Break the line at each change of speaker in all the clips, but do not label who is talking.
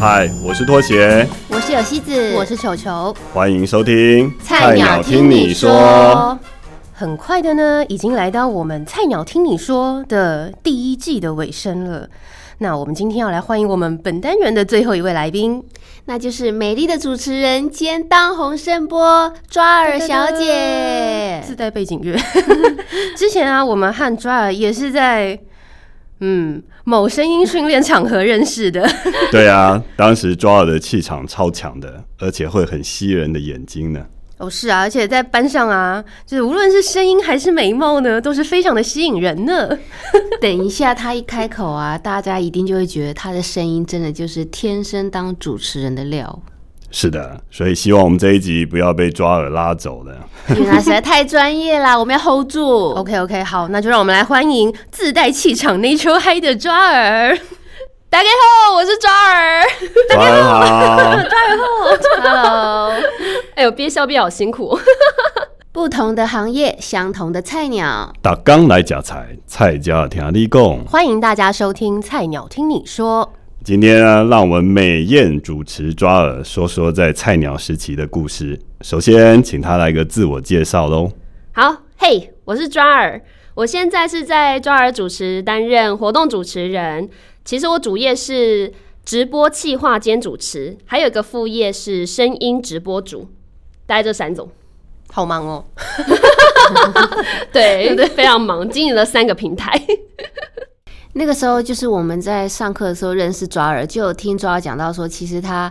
嗨，我是拖鞋，
我是有西子，
我是球球。
欢迎收听《
菜鸟听你说》。
很快的呢，已经来到我们《菜鸟听你说》的第一季的尾声了。那我们今天要来欢迎我们本单元的最后一位来宾，
那就是美丽的主持人兼当红声波抓耳小姐。
自带背景乐。 之前啊，我们和抓耳也是在嗯某声音训练场合认识 的。
对啊，当时抓耳的气场超强的，而且会很吸人的眼睛呢。
哦，是啊，而且在班上啊，就是无论是声音还是眉毛呢，都是非常的吸引人呢。
等一下她一开口啊，大家一定就会觉得她的声音真的就是天生当主持人的料。
是的，所以希望我们这一集不要被抓耳拉走 了。
原来实在太专业啦，我们要 hold 住。
OK OK，好，那就让我们来欢迎自带气场 Nature High 的抓 耳。
大家好，我是抓耳。
抓耳好，
Hello，
哎呦，憋笑憋好辛苦。
不同的行业，相同的菜鸟。
打刚来夹菜，菜家听你讲。
欢迎大家收听《菜鸟听你说
今天呢，让我们美艳主持抓耳说说在菜鸟时期的故事。首先，请他来个自我介绍喽。
好，嘿，我是抓耳，我现在是在抓耳主持担任活动主持人。其实我主业是直播企划兼主持，还有一个副业是声音直播主，大概这三种。》，
好忙 哦。
对对， 非常忙，经营了三个平台。
那个时候就是我们在上课的时候认识抓耳，就有听抓耳讲到说，其实他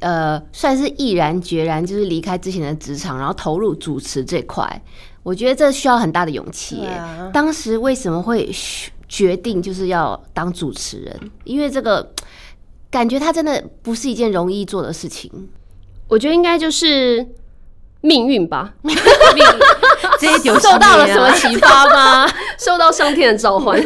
呃算是毅然决然，就是离开之前的职场，然后投入主持这块。我觉得这需要很大的勇气耶、
对啊
当时为什么会选决定就是要当主持人？因为这个感觉他真的不是一件容易做的事情。
我觉得应该就是 命运吧，
这一 丢
受到了什么？启发吗？啊 受到上天的召唤。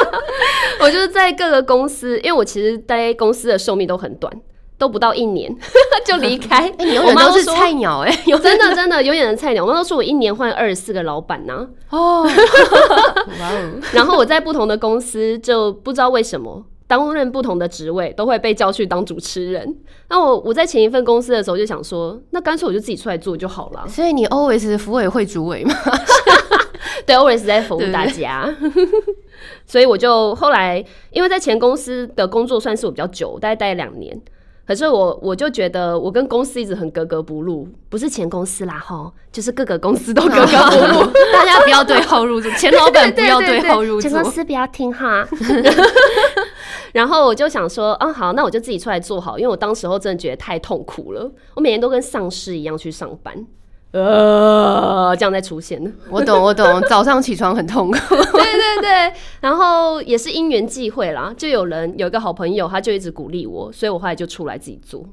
我就是在各个公司，因为我其实待公司的寿命都很短，都不到一年 就离开。
哎，你永
我
远
妈
都
都
是
说
菜鸟哎、有
真的真的有点菜鸟，我妈都说我一年换二十四个老板呐、
哦，哇哦，
然后我在不同的公司就不知道为什么。担任不同的职位，都会被叫去当主持人。那我我在前一份公司的时候就想说，那干脆我就自己出来做就好了。
所以你 always 服委会主委嘛？
对，always 在服务
对
大家。 所以我就后来，因为在前公司的工作算是我比较久，大概待了两年。可是我我就觉得我跟公司一直很格格不入，不是前公司啦哈，就是各个公司都格格不入。
大家不要对号入座，哦 前老板不要
对对对
号入
前公
座。
司不要听 哈。 然后我就想说，嗯，好，那我就自己出来做好，因为我当时候真的觉得太痛苦了，我每天都跟丧尸一样去上班，呃，这样再出现的。
我懂，我懂，早上起床很痛苦。
对对对，然后也是因缘际会啦，就有人有一个好朋友，他就一直鼓励我，所以我后来就出来自己做。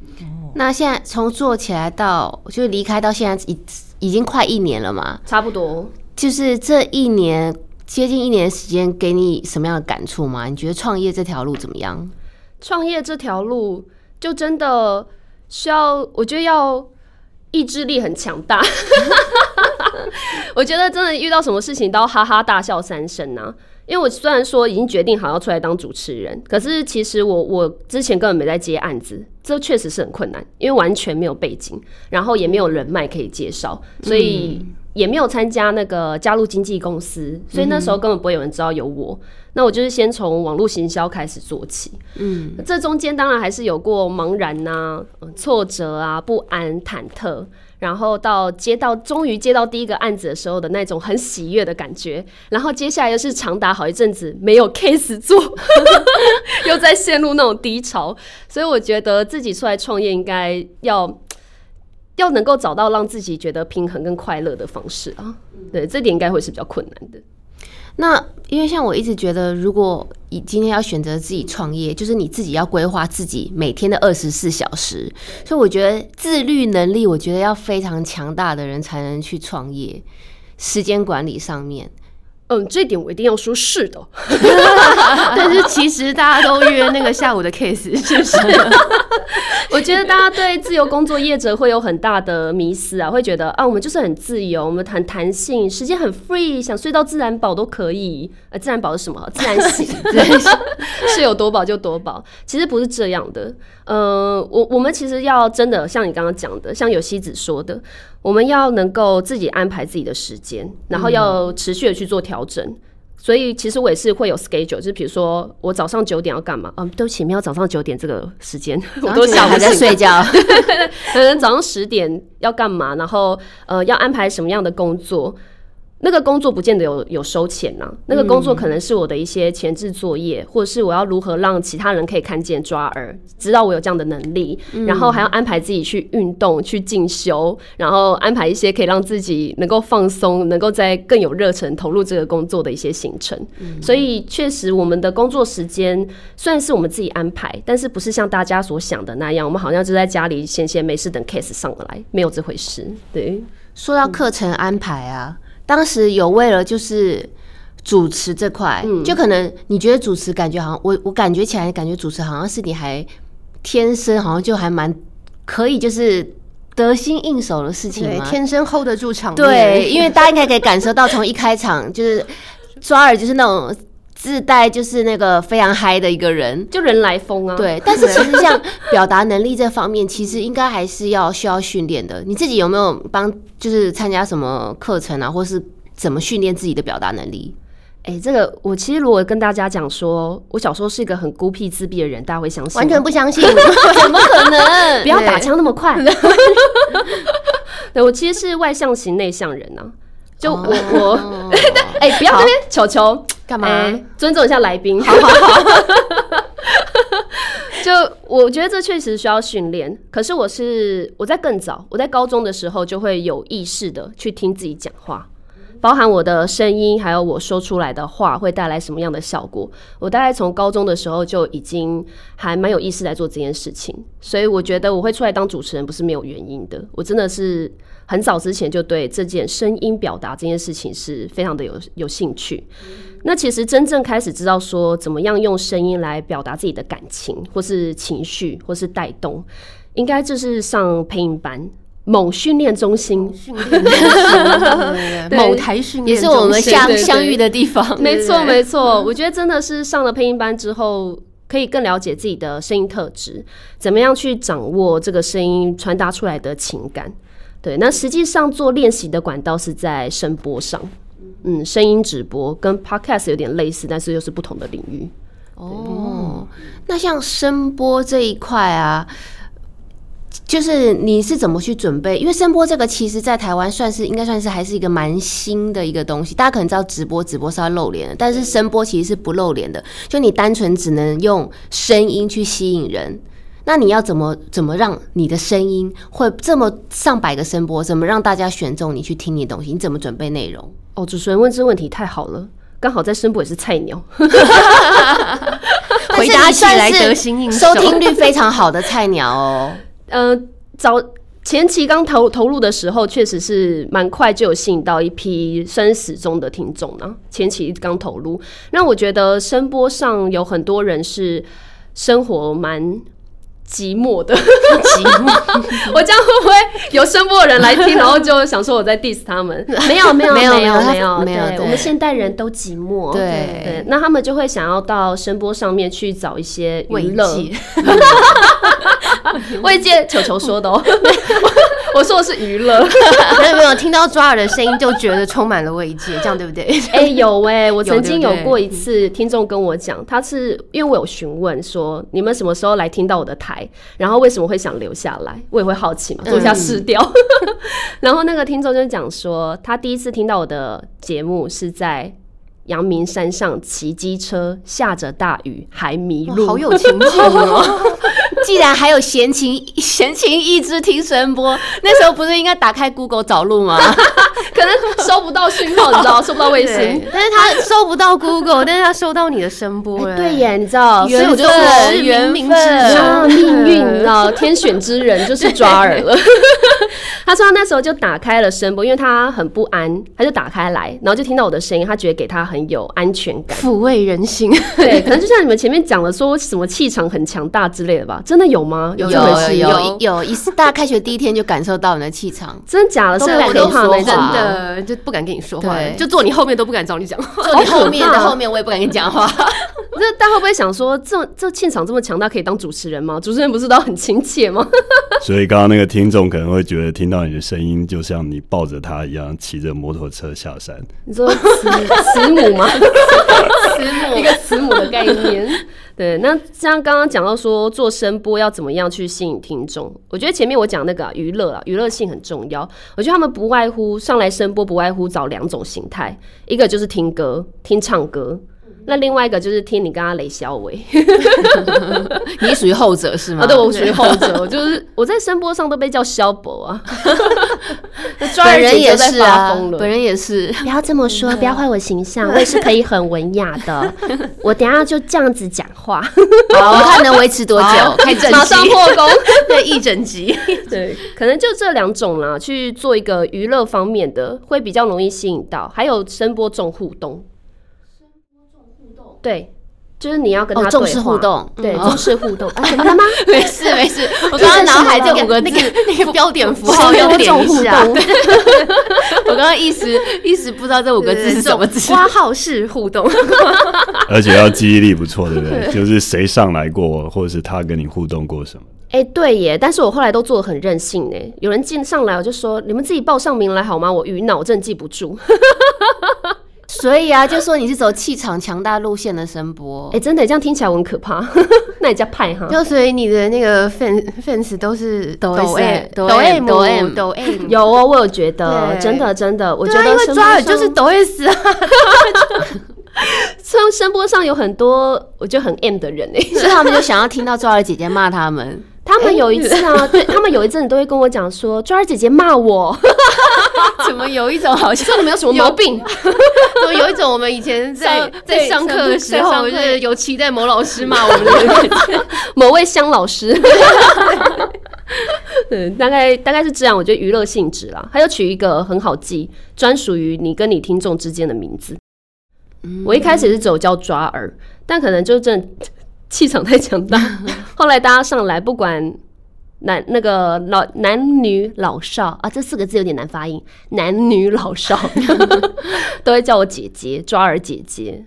嗯
那现在从做起来到就离开到现在已已经快一年了嘛，
差不多，
就是这一年接近一年的时间，给你什么样的感触吗？你觉得创业这条路怎么样？
创业这条路就真的需要，我觉得要意志力很强大。 我觉得真的遇到什么事情都要哈哈大笑三声啊！因为我虽然说已经决定好要出来当主持人，可是其实我我之前根本没在接案子，这确实是很困难，因为完全没有背景，然后也没有人脉可以介绍，所以也没有参加那个加入经纪公司，所以那时候根本不会有人知道有我。那我就是先从网络行销开始做起，嗯，这中间当然还是有过茫然呐、嗯挫折啊、不安、忐忑，然后到接到终于接到第一个案子的时候的那种很喜悦的感觉，然后接下来又是长达好一阵子没有 case 做， 又在陷入那种低潮，所以我觉得自己出来创业应该要。要能够找到让自己觉得平衡跟快乐的方式啊，对，这点应该会是比较困难的。
那因为像我一直觉得，如果你今天要选择自己创业，就是你自己要规划自己每天的二十四小时，所以我觉得自律能力，我觉得要非常强大的人才能去创业，时间管理上面。
嗯，这点我一定要说是的。哦
但是其实大家都约那个下午的 case，是不是？
我觉得大家对自由工作业者会有很大的迷思啊，会觉得啊，我们就是很自由，我们很弹性，时间很 free，想睡到自然饱都可以。呃，自然饱是什么？自然醒， 是有多饱就多饱。其实不是这样的。呃，我我们其实要真的像你刚刚讲的，像有希子说的，我们要能够自己安排自己的时间，然后
嗯
要持续的去做调整。所以其实我也是会有 schedule，就是比如说我早上九点要干嘛？嗯，对不起，没有早上九点这个时间，我都下午
还在
醒
睡觉，
可能早上十点要干嘛，然后呃要安排什么样的工作。那个工作不见得有有收钱呐、那个工作可能是我的一些前置作业，或者是我要如何让其他人可以看见抓耳，知道我有这样的能力，然后还要安排自己去运动、去进修，然后安排一些可以让自己能够放松、能够在更有热忱投入这个工作的一些行程。所以确实，我们的工作时间虽然是我们自己安排，但是不是像大家所想的那样，我们好像就在家里闲闲没事等 case 上来，没有这回事。对，
说
嗯
到课程安排啊，当时有为了就是主持这块，
嗯
就可能你觉得主持感觉好像我我感觉起来感觉主持好像是你还天生好像就还蛮可以就是得心应手的事情
对，
嘛。
天生 hold 得住场面。
对，因为大家应该可以感受到，从一开场就是抓耳就是那种自带就是那个非常嗨的一个人。
就人来疯啊。，
对，但是其实像表达能力这方面，其实应该还是要需要训练的。你自己有没有帮，就是参加什么课程啊，或是怎么训练自己的表达能力？
哎、这个我其实如果跟大家讲说，我小时候是一个很孤僻自闭的人，大家会相信吗
完全不相信，
怎么可能？
不要打枪那么快。 对我其实是外向型内向人啊。就我、我
哦
哎、不要这边球球
干嘛？
哎尊重一下来宾。 就我觉得这确实需要训练，可是我是我在更早，我在高中的时候就会有意识的去听自己讲话，包含我的声音，还有我说出来的话会带来什么样的效果。我大概从高中的时候就已经还蛮有意识来做这件事情，所以我觉得我会出来当主持人不是没有原因的。我真的是很早之前就对这件声音表达这件事情是非常的有有兴趣。那其实真正开始知道说怎么样用声音来表达自己的感情，或是情绪，或是带动，应该就是上配音班、某训练中心。
训练中心对某台训
也
练
是我们
下
相
对对
相遇的地方。
没错，
哦对
没错。我觉得真的是上了配音班之后，可以更了解自己的声音特质，怎么样去掌握这个声音传达出来的情感。对，那实际上做练习的管道是在声波上，嗯，声音直播跟 podcast 有点类似，但是又是不同的领域。
哦，那像声波这一块啊，就是你是怎么去准备？因为声波这个其实，在台湾算是应该算是还是一个蛮新的一个东西。大家可能知道直播，直播是要露脸的，但是声波其实是不露脸的，就你单纯只能用声音去吸引人。那你要怎么怎么让你的声音会这么上百个声波？怎么让大家选中你去听你的东西？你怎么准备内容？
哦，主持人问这问题太好了，刚好在声波也是菜鸟，
回答起来
但是你算
得
是
心应手
收听率非常好的菜鸟哦。
呃，早前期刚投投入的时候，确实是蛮快就有吸引到一批生死忠的听众呢、前期刚投入，那我觉得声波上有很多人是生活蛮寂寞的，
寂寞，
我这样会不会有声波的人来听，然后就想说我在 diss 他们？没有，没有，
没有
没有，
没有
没有，
没有
对
对
我们现代人都寂寞，
对
对，那他们就会想要到声波上面去找一些娱乐
慰藉，
慰 藉。球球说的哦，我说的是娱 乐。
没有没有听到抓耳的声音就觉得充满了慰藉，这样对不对？
哎、有哎、我曾经
对
有
不对
过一次听众跟我讲，他是因为我有询问说你们什么时候来听到我的台，然后为什么会想留下来，我也会好奇嘛，做一下试调。 然后那个听众就讲说，他第一次听到我的节目是在。阳明山上骑机车，下着大雨还迷路，
好有情境哦，
既然还有闲情闲情逸致听声波，那时候不是应该打开 Google 找路吗？
可能收不到讯号，你知 道，收不到卫星
对。但是他收不到 Google，但是他收到你的声波了，
对耶，你知道，所以
所以
我
我
就
就
缘
说
分
是冥冥
缘
之
分
中
啊，命运，你知道，天选之人就是抓耳了。 他说他那时候就打开了声波，因为他很不安，他就打开来，然后就听到我的声音，他觉得给他很有安全 感。
抚慰人心。
对，可能就像你们前面讲的，说什么气场很强大之类的吧？真的有吗？有
有
这回事？
有有有一次，大家开学第一天就感受到你的气场，
真的假的？
都
所以
不敢
我都怕
跟
那
你
种
说话
真的就不敢跟你说话
对，
就坐你后面都不敢找你讲话。
坐你后面
好可
的
怕
后面，我也不敢跟你讲话。
这大家会不会想说，这这气场这么强大，可以当主持人吗？主持人不是都很亲切吗？
所以刚刚那个听众可能会觉得听到你的声音，就像你抱着他一样，骑着摩托车下山。
你说慈慈母吗？慈母 一个慈母的概念。 对，那像刚刚讲到说做声波要怎么样去吸引听众，我觉得前面我讲那个啊娱乐啊，娱乐性很重要。我觉得他们不外乎上来声波不外乎找两种形态，一个就是听歌，听唱歌。那另外一个就是听你刚刚雷小伟，
你是属于后者是吗？
啊，对，我属于后者，我就是我在声波上都被叫萧伯啊，那抓
本
人
人
姐
也
就在
是
发
啊
疯，了。
本人也是。
不要这么说，不要坏我形象，我也是可以很文雅 的。我等下就这样子讲话，
好，看能维持多久？开整
马上
集。
破功。
对，一整集。
对，可能就这两种啦，去做一个娱乐方面的，会比较容易吸引到，还有声波重互动。声波重互动，对，就是你要跟
哦，
他对话
重视互，动，
对，
嗯
重视互 动。啊，怎么了吗？
没事没事， 我
刚
刚 刚
刚脑
脑
海
海
这
这
五
五
个
个
字
字，那个 标点符号
号要
要
点
点
一
一
下
下。我刚刚一时一时不知道这五个字是什么字，
花号式互动，
而且要记忆力不错，对不 对？就是谁上来过，或者是他跟你互动过什么。
哎、对耶，但是我后来都做的很任性哎。有人进上来，我就说你们自己报上名来好吗？我鱼脑真的记不住。
所以啊，就说你是走气场强大路线的声波
哎、。真的这样听起来我很可怕。 那你叫派哈？
就所以你的那个 fans fans 都是
抖
M
抖
抖
M，抖
M
M
抖 M，
有哦，我有觉得，
对
真的真的，我
我
觉
觉得
得
因为
声
抓
波
耳就是
上
抖 S 啊，
像声波上有很多我觉得很 M 的人哎。
所以他们就想要听到抓儿姐姐骂他 们，
他们有一次啊，对他们有一阵子都会跟我讲说，抓儿姐姐骂 我，
怎么有一种好像
说 你们有什么毛病？
怎么有一种我们以前在
上
在
对
上课的时
上
候，
课
就是有期待某老师骂我们的感觉，
某位香老师。 嗯，大概大概是这样，我觉得娱乐性质啦，还有取一个很好记，专属于你跟你听众之间的名字。
嗯
我一开始是只有叫抓耳，但可能就真的气场太强 大，后来大家上来不管男那个老男女老少啊，这四个字有点难发音，男女老 少都会叫我姐姐抓耳姐姐，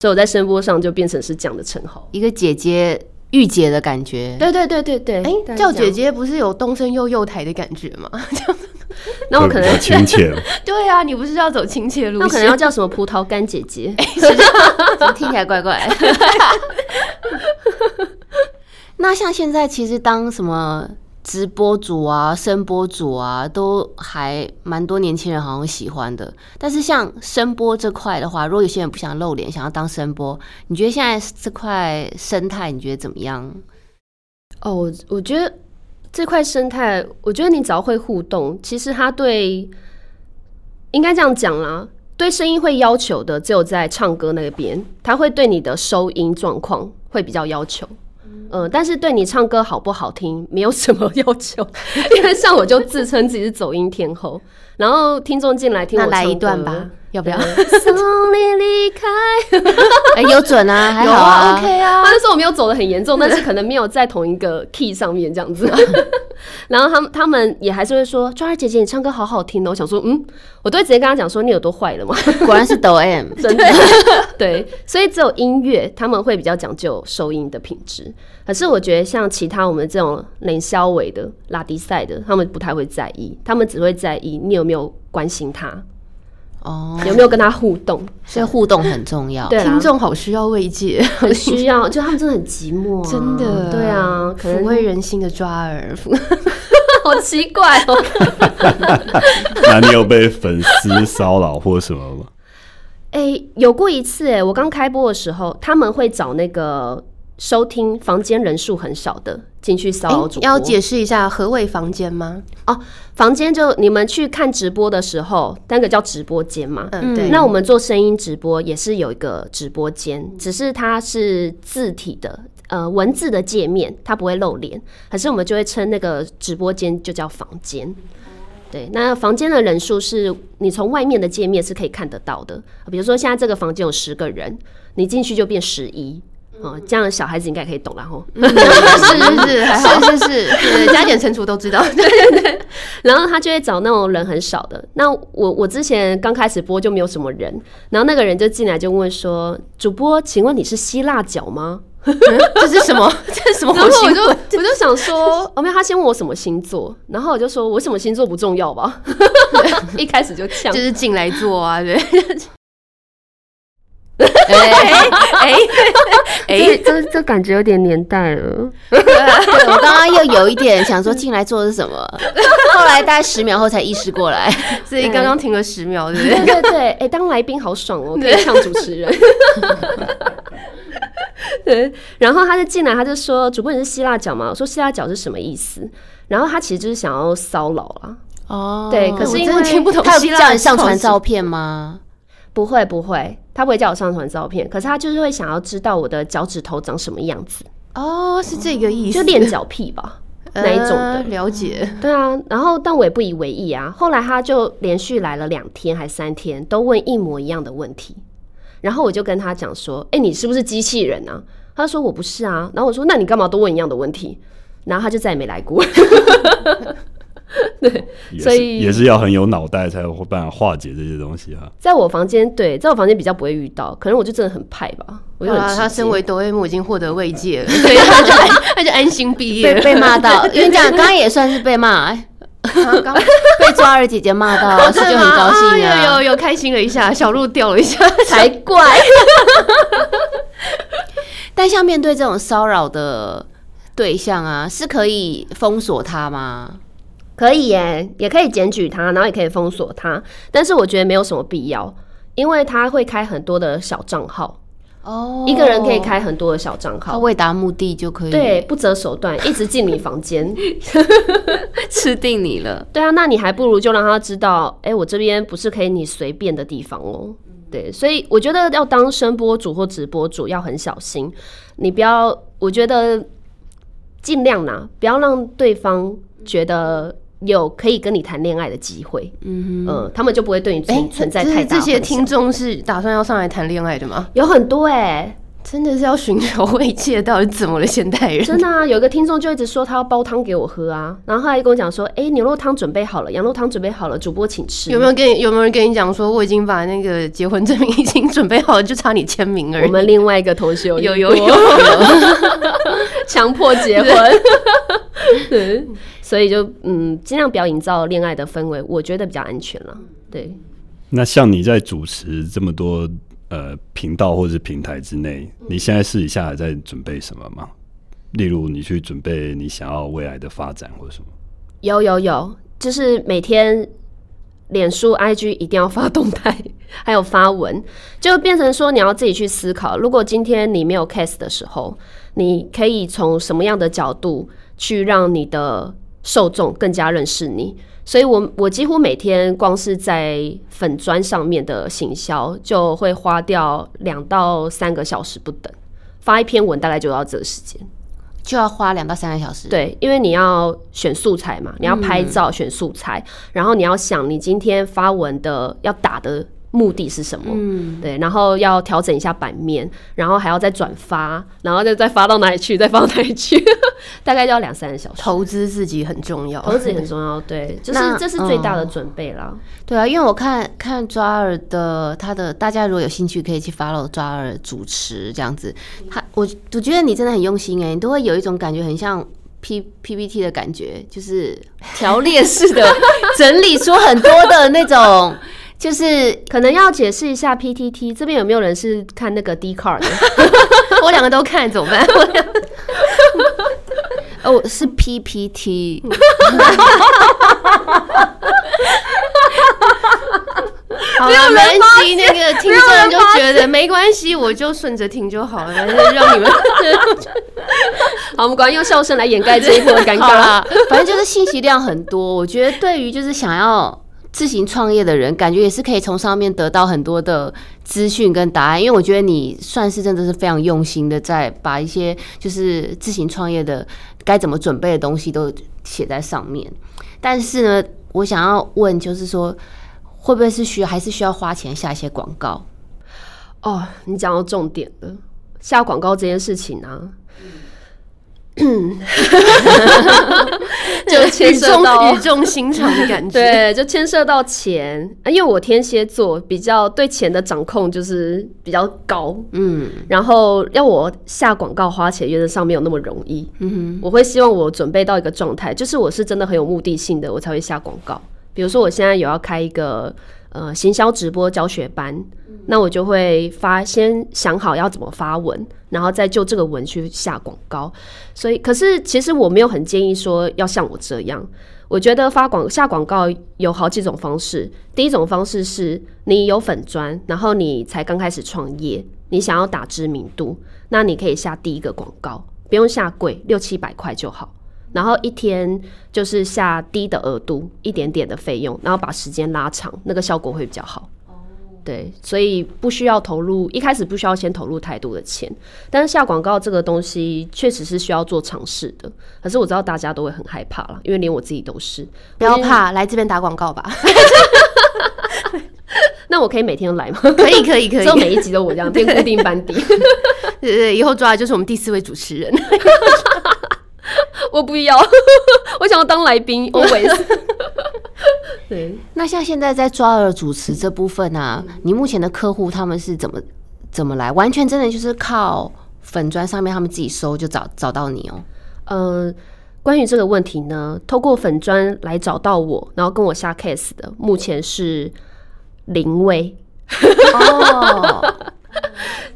所以我在声波上就变成是这样的称号。
一个姐姐御姐的感觉。
对对对对对，
哎，叫姐，姐不是有东升幼幼台的感觉吗？
那我
会
可
比较
能
亲切。
对啊，你不是要走亲切路
那我可能要
线？
叫什么葡萄干姐 姐？
怎么听起来怪怪？ 那像现在其实当什么直播主啊、声播主啊，都还蛮多年轻人好像喜欢的。但是像声波这块的话，如果有些人不想露脸，想要当声波，你觉得现在这块生态你觉得怎么样？
哦，我我觉得这块生态，我觉得你只要会互动，其实它对应该这样讲啦，对声音会要求的只有在唱歌那边，它会对你的收音状况会比较要求。嗯，但是对你唱歌好不好听没有什么 要求，因为像我就自称自己是走音天后，然后听众进来听我
那来
唱
一段
歌
吧，要 不要？
送你离开。
哎、有准啊，还
有
好啊。
，OK 啊
他。那时候我没有走的很严重，但是可能没有在同一个 key 上面这样子。 然后他们他们也还是会说：“抓儿姐姐，你唱歌好好听哦。”我想说，嗯，我都会直接跟他讲说：“你耳朵坏 了吗
果然是抖 M，？”
真的， 对，所以只有音乐他们会比较讲究收音的品质。可是我觉得像其他我们这种冷肖伟的、拉迪赛的，他们不太会在意，他们只会在意你有没有关心他，
哦，
有没有跟他互动。
所以互动很重要。
对
哦
啦
听众好需要慰藉，
很需要，就他们真的很寂寞、啊，
真的嗯
对啊，可
抚
能
慰人心的抓耳，抚
好奇怪哦。
那你有被粉丝骚扰或什么吗？
哎、有过一次、哎，我刚开播的时候，他们会找那个收听房间人数很少的进去骚扰
哎
主播。
要解释一下何谓房间吗？
哦，房间就你们去看直播的时候，那个叫直播间嘛。
嗯，对。
那我们做声音直播也是有一个直播间，只是它是字体的，呃文字的界面，它不会露脸，可是我们就会称那个直播间就叫房间。对，那房间的人数是你从外面的界面是可以看得到的，比如说现在这个房间有十个人，你进去就变十一。哦，这样小孩子应该可以懂了吼。
是是 是，还好嗯是是是，加减乘除都知道。
然后他就会找那种人很少的。那我我之前刚开始播就没有什么人，然后那个人就进来就问说：“主播，请问你是希腊脚吗
这是什么？ 这是什？”么
然
火
后
星
我就 我就想说，哦，没有，他先问我什么星座，然后我就说我什么星座不重要吧， 一开始就 呛
就。是进来做啊，对。 哎哎哎，
这这感觉有点年代了，
对我刚刚又有一点想说进来做的是什么，后来大概十秒后才意识过来。
所以刚刚停了十秒，对不
对
对？
对对，哎、当来宾好爽哦，可以呛主持人。对，然后他就进来，他就说：“主播你是希腊脚吗？”我说：“希腊脚是什么意思？”然后他其实就是想要骚扰啦，
哦
对可是因
我
为
真的听不懂
他
希
有
腊
叫你上传
超市
照片吗？
不会不会，他不会叫我上传照片，可是他就是会想要知道我的脚趾头长什么样子，
哦，是这个意思，
就练脚癖吧。哪一种
呃
的？
了解？
对啊，然后但我也不以为意啊。后来他就连续来了两天还三天，都问一模一样的问题。然后我就跟他讲说：“哎，你是不是机器人啊？”他说：“我不是啊。”然后我说：“那你干嘛都问一样的问题？”然后他就再也没来过。
也
所
是
以
也是要很有脑袋才有办法化解这些东西啊。
在我房间，对，在我房间比较不会遇到，可能我就真的很派吧。我就
好
很
啦
直
他身
接
为抖 M 已经获得慰 藉了，所以他就他就安心毕
被
业了。
被骂到，因为这样刚刚也算是被骂、
啊刚
被抓儿姐姐骂 到，
哦
所以就很高兴
啊有
啊。
有有开心了一 下，小鹿掉了一下。
才怪。
但像面对这种骚扰的对象啊，是可以封锁他吗？
可以耶，也可以检举他，然后也可以封锁他，但是我觉得没有什么必要，因为他会开很多的小账号，
哦
一个人可以，开很多的小账
他
号，
为达目的就可以
对，不择手 段，一直进你房间，
吃定你了。
对啊，那你还不如就让他知道，哎、我这边不是可以你随便的地方哦。对，所以我觉得要当声播主或直播主要很小心，你不要，我觉得尽量啦，不要让对方觉得有可以跟你谈恋爱的机会。嗯嗯、他们就不会对你
哎
存、存在太大
这这
的
些
幻想
听众是打算要上来谈恋爱的吗？
有很多哎、
真的是要寻求慰藉，到底怎么了？现代人
真的啊，有一个听众就一直说他要煲汤给我喝啊，然后他还跟我讲说，哎、牛肉汤准备好了，羊肉汤准备好了，主播请吃。
有没有跟你有没有人跟你讲说，我已经把那个结婚证明已经准备好了，就差你签名而
我
已？
们另外一个同学有
有
遇
有
过
有，
强迫结婚， 对，所以就嗯，尽量不要营造恋爱的氛围，我觉得比较安全了。对，
那像你在主持这么多呃频道或者是平台之内，你现在私底下还在准备什么吗？例如你去准备你想要未来的发展或者什么？
有有有，就是每天脸书、IG 一定要发动态，还有发文，就变成说你要自己去思考，如果今天你没有 case 的时候，你可以从什么样的角度去让你的受众更加认识你。所以我我几乎每天光是在粉砖上面的行销就会花掉两到三个小时不等，发一篇文大概就要这个时间。
就要花两到三个小时，，
对，因为你要选素材嘛，你要拍照选素材，然后你要想你今天发文的要打的目的是什么，嗯，对，然后要调整一下版面，然后还要再转发，然后再再发到哪里去，再发到哪里去， 大概就要两三个小时。
投资自己很重要，
投资也很重要，对，就是
那
这是最大的
嗯
准备啦。
对啊，因为我看看抓耳的他的，大家如果有兴趣可以去 follow 抓耳主持这样子，他我我觉得你真的很用心哎、你都会有一种感觉很像 P P P T 的感觉，就是条列式的整理出很多的那种，就是
可能要解释一下 PTT 这边有没有人是看那个 D card 的？
我两个都看怎么办？
哦是 P P T，
好了， 没关系，那个听众就觉得没关系，我就顺着听就好了，反正让你 们
好，我们赶快用笑声来掩盖这一波的尴
好
尬。
啦，反正就是信息量很多，我觉得对于就是想要。自行创业的人，感觉也是可以从上面得到很多的资讯跟答案。因为我觉得你算是真的是非常用心的，在把一些就是自行创业的该怎么准备的东西都写在上面。但是呢，我想要问，就是说，会不会是需要还是需要花钱下一些广告？
哦，你讲到重点了，下广告这件事情啊，嗯 就牵
语
涉到
重语重心长的感觉。，
对，就牵涉到钱，啊因为我天蝎座比较对钱的掌控就是比较高，
嗯
然后要我下广告花钱，原则上没有那么容易。
嗯
我会希望我准备到一个状态，就是我是真的很有目的性的，我才会下广告。比如说我现在有要开一个呃行销直播教学班，那我就会发先想好要怎么发文，然后再就这个文去下广告。所以，可是其实我没有很建议说要像我这样。我觉得发广下广告有好几种方式。第一种方式是你有粉砖，然后你才刚开始创业，你想要打知名度，那你可以下第一个广告，不用下贵，六七百块就好。然后一天就是下低的额度，一点点的费用，然后把时间拉长，那个效果会比较好。对，所以不需要投入，一开始不需要先投入太多的钱，但是下广告这个东西确实是需要做尝试的。可是我知道大家都会很害怕啦，因为连我自己都是。
哼，不要怕，来这边打广告吧。
那我可以每天都来吗？
可以可以可
只
以
有，每一集都我这样变固定班 底，
对对对，以后抓的就是我们第四位主持人。
我不要， 我想要当来宾，always。对，
那像现在在抓耳主持这部分啊，你目前的客户他们是怎么怎么来？完全真的就是靠粉砖上面他们自己搜就找找到你哦、
嗯，关于这个问题呢，透过粉砖来找到我，然后跟我下 case 的，目前是零位。
哦，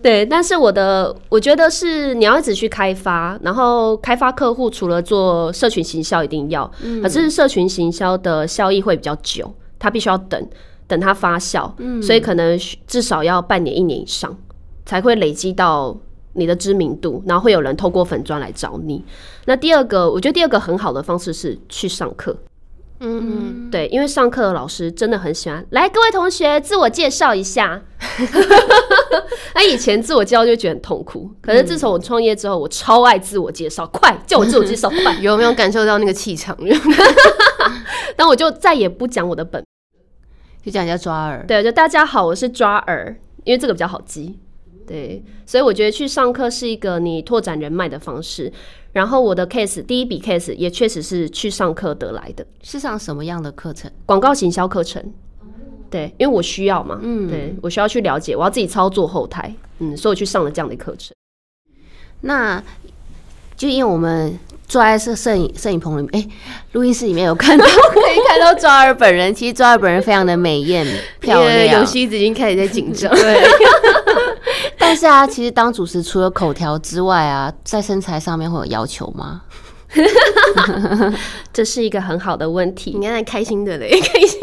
对，但是我的我觉得是你要一直去开发，然后开发客户除了做社群行销一定要，可是社群行销的效益会比较久，它必须要等等它发酵，所以可能需至少要半年一年以上才会累积到。你的知名度，然后会有人透过粉砖来找你。那第二个，我觉得第二个很好的方式是去上课，
嗯，
对，因为上课的老师真的很喜欢来，各位同学自我介绍一下。 那以前自我介绍就觉得很痛苦，可是自从我创业之后，我超爱自我介绍，快叫我自我介绍， 快！
有没有感受到那个气场？
但我就再也不讲我的本，
就叫人家抓耳。
对，就大家好，我是抓耳，因为这个比较好记。对，所以我觉得去上课是一个你拓展人脉的方式。然后我的 case 第一笔 case 也确实是去上课得来的。
是上什么样的课程？
广告行销课程。对，因为我需要嘛，
嗯
对我需要去了解，我要自己操作后台，嗯，所以我去上了这样的课程。
那就因为我们坐在摄摄影摄影棚里面，哎、录音室里面有看到， 可以看到抓耳本人。其实抓耳本人非常的美艳漂
因为
亮
有，西子已经开始在紧 张。
但是啊，其实当主持除了口条之外啊，在身材上面会有要求吗？
这是一个很好的问题
你，刚才开心的嘞，开心。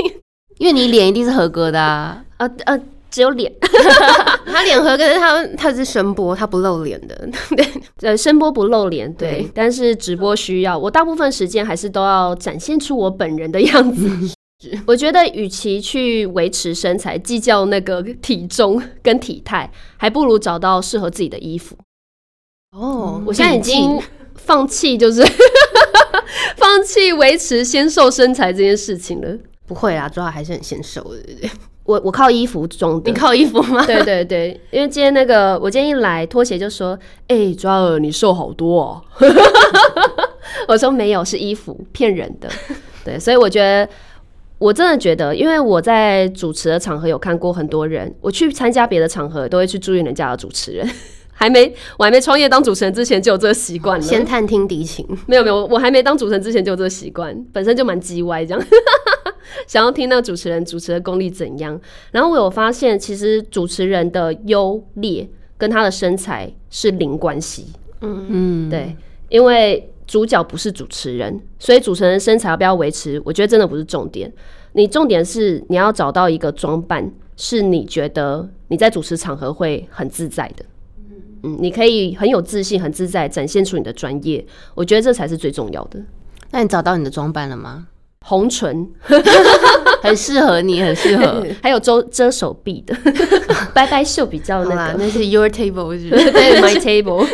因为你脸一定是合格的啊。
呃呃，只有脸，
他脸合，可是他他是声波，他不露脸的。对，
呃，声波不露脸，对，
对
但是直播需要，我大部分时间还是都要展现出我本人的样 子。我觉得，与其去维持身材，计较那个体重跟体态，还不如找到适合自己的衣服。
哦
我现在已经放弃，就是 放弃维持纤瘦身材这件事情了。
不会啦，抓还是很显瘦的，对不对？
我我靠衣服装的
你，靠衣服吗？
对对对，因为今天那个我今天一来，拖鞋就说：“哎、抓耳，你瘦好多哦。” 我说没有，是衣服骗人 的。对，所以我觉得。我真的觉得，因为我在主持的场合有看过很多人，我去参加别的场合都会去注意人家的主持人。 还没，我还没创业当主持人之前就有这个习惯了。
先探听敌情，
没有没有，我还没当主持人之前就有这个习惯，本身就蛮叽歪这样， 想要听那个主持人主持的功力怎样。然后我有发现，其实主持人的优劣跟他的身材是零关系，
嗯，
对，因为主角不是主持人，所以主持人身材要不要维持，我觉得真的不是重点。你重点是你要找到一个装扮，是你觉得你在主持场合会很自在的。嗯，你可以很有自信、很自在，展现出你的专业，我觉得这才是最重要的。
那你找到你的装扮了吗？
红唇，呃
很适合你，很适 合。
还有遮遮手臂的，拜拜袖比较
好
那
啦，
个。
那是 your table 是不是？
对，my table，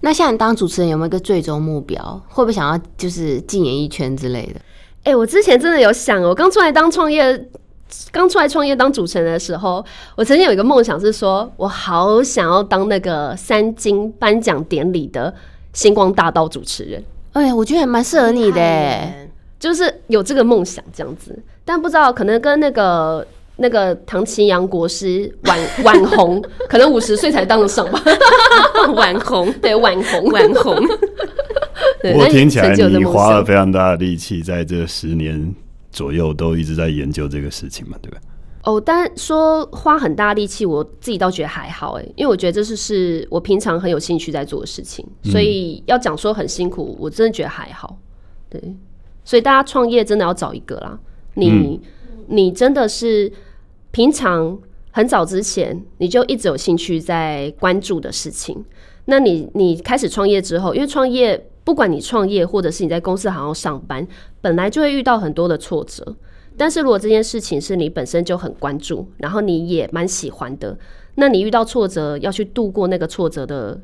那像你当主持人有没有一个最终目标？会不会想要就是进演艺圈之类的？
哎、我之前真的有想哦，我刚出来当创业，刚出来创业当主持人的时候，我曾经有一个梦想是说，我好想要当那个三金颁奖典礼的星光大道主持人，
哎呀，我觉得也蛮适合你的欸。
就是有这个梦想这样子，但不知道可能跟那个。那个唐奇阳国师晚晚红，可能五十岁才当得上吧。 晚红，对晚红，晚红。 对
不过
那你
听起来
曾经有这
你
梦
花
想
了非常大的力气，在这十年左右都一直在研究这个事情嘛，对吧？
哦，但说花很大力气，我自己倒觉得还好哎，因为我觉得这是是我平常很有兴趣在做的事情，所以要讲说很辛苦，我真的觉得还好。对，所以大家创业真的要找一个啦，你、你真的是平常很早之前你就一直有兴趣在关注的事情，那你你开始创业之后，因为创业不管你创业或者是你在公司好好上班，本来就会遇到很多的挫折，但是如果这件事情是你本身就很关注，然后你也蛮喜欢的，那你遇到挫折要去度过那个挫折的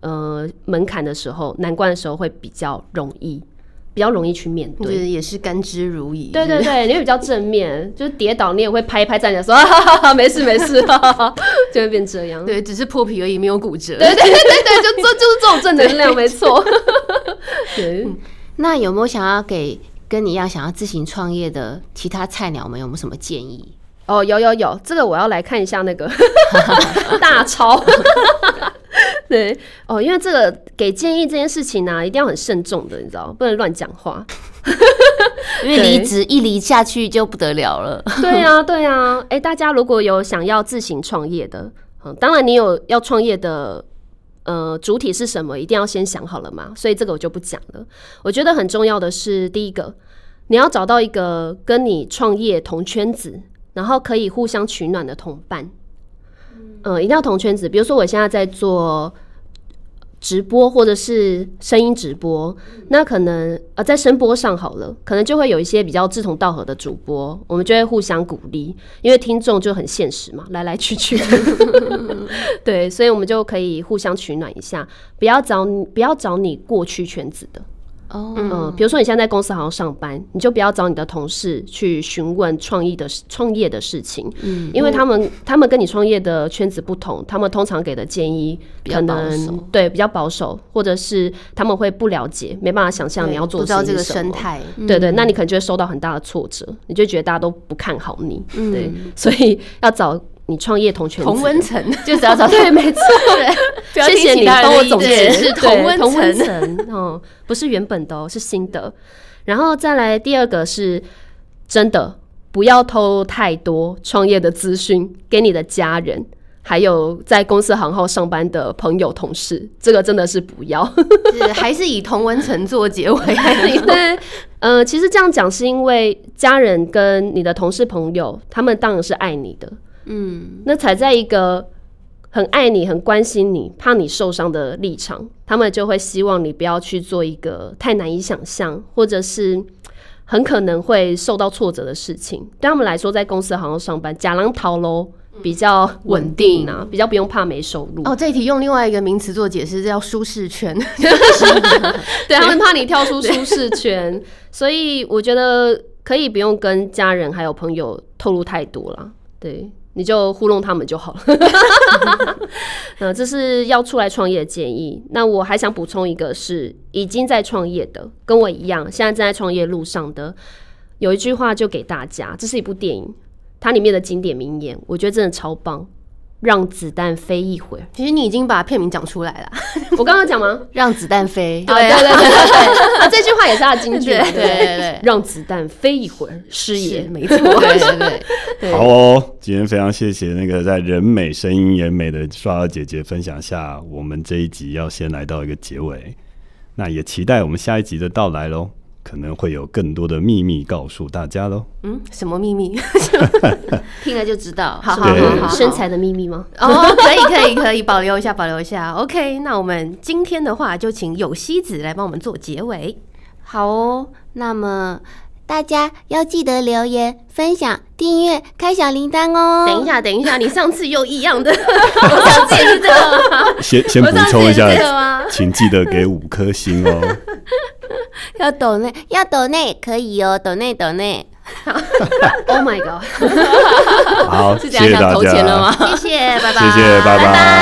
呃门槛的时候，难关的时候会比较容易，比较容易去面
我觉
对。
得也是甘之如饴。
对对 对，你会比较正面，就是跌倒你也会拍一拍站起来说 哈哈哈哈，没事没事， 哈哈哈就会变这样。
对，只是破皮而已，没有骨折。
对对对对，就这就是这种正能 量，没错。对，
那有没有想要给跟你一样想要自行创业的其他菜鸟们有没有什么建议？
哦，有有有，这个我要来看一下那个 大超。 对哦，因为这个给建议这件事情呢、啊一定要很慎重的，你知道，不能乱讲话。
因为离职一离下去就不得了了。
对啊，对啊，哎、大家如果有想要自行创业的，嗯，当然你有要创业的，呃，主体是什么，一定要先想好了嘛。所以这个我就不讲了。我觉得很重要的是，第一个，你要找到一个跟你创业同圈子，然后可以互相取暖的同伴。嗯、一定要同圈子。比如说，我现在在做直播或者是声音直播，那可能呃在声波上好了，可能就会有一些比较志同道合的主播，我们就会互相鼓励，因为听众就很现实嘛，来来去去， 对，所以我们就可以互相取暖一下，不要找你不要找你过去圈子的，
哦，
嗯，比如说你现在在公司好好上班，你就不要找你的同事去询问创意的事创业的事情，
嗯
因为他们他们跟你创业的圈子不同，他们通常给的建议
比
可
较保
能
守
对比较保守，或者是他们会不了解，没办法想象你要做
不
的
知道
事
这
情
个
是什
生
么。
态， 嗯
对对，那你可能就会受到很大的挫折，你就觉得大家都不看好你，对，所以要找你创业同圈
嗯
子
同温 层，
就只要找对，没错，
不要
谢
听
谢
其
你
他人
帮我
的意
总
见
结，
是
对
同温
同温
层
层，哦，不是原本的哦，是新的。然后再来第二个是真的，不要偷太多创业的资讯给你的家人，还有在公司行号上班的朋友同事，这个真的是不要。
是还是以同温层做结 尾？
对， 呃，其实这样讲是因为家人跟你的同事朋友，他们当然是爱你的，嗯，那踩在一个很爱你、很关心你、怕你受伤的立场，他们就会希望你不要去做一个太难以想象，或者是。很可能会受到挫折的事情，对他们来说，在公司好像上班，假狼逃喽，比较稳定啊，比较不用怕没收入。
哦，这一题用另外一个名词做解释，这叫舒适圈。
对他们怕你跳出舒适圈，所以我觉得可以不用跟家人还有朋友透露太多啦。对，你就糊弄他们就好了。 那这是要出来创业的建议。那我还想补充一个是已经在创业的，跟我一样，现在正在创业路上的，有一句话就给大家，这是一部电影，它里面的经典名言，我觉得真的超棒。让子弹飞一会儿，
其实你已经把片名讲出来了，
我刚刚讲吗？
让子弹飞。
对
啊
对对对对，啊，这句话也是他的金句嘛，
对
对不对
对 对
让子弹飞一会儿，是也
是没 错。
对对对，
对
好哦，今天非常谢谢那个在人美声音也美的刷儿姐姐分享下，我们这一集要先来到一个结尾，那也期待我们下一集的到来喽，可能会有更多的秘密告诉大家喽。
嗯，什么秘密？
听了就知道。
好
是
好
吧
对
好好好，
身材的秘密吗？
哦，可以可以可以，保留一下保留一下。OK，那我们今天的话就请有希子来帮我们做结尾。
好哦，那么大家要记得留言、分享、订阅、开小铃铛哦。
等一下，等一下，你上次又一样的，
上次也是这个吗，
先先补
我上次
充
也
一
是
下，
这个吗？
请记得给五颗星哦。
要抖内，要抖内可以哦，抖内抖内，
Oh my god！
好，谢
是这样
谢大
想投钱了
家，
谢
吗？
谢，拜拜，
谢谢，拜拜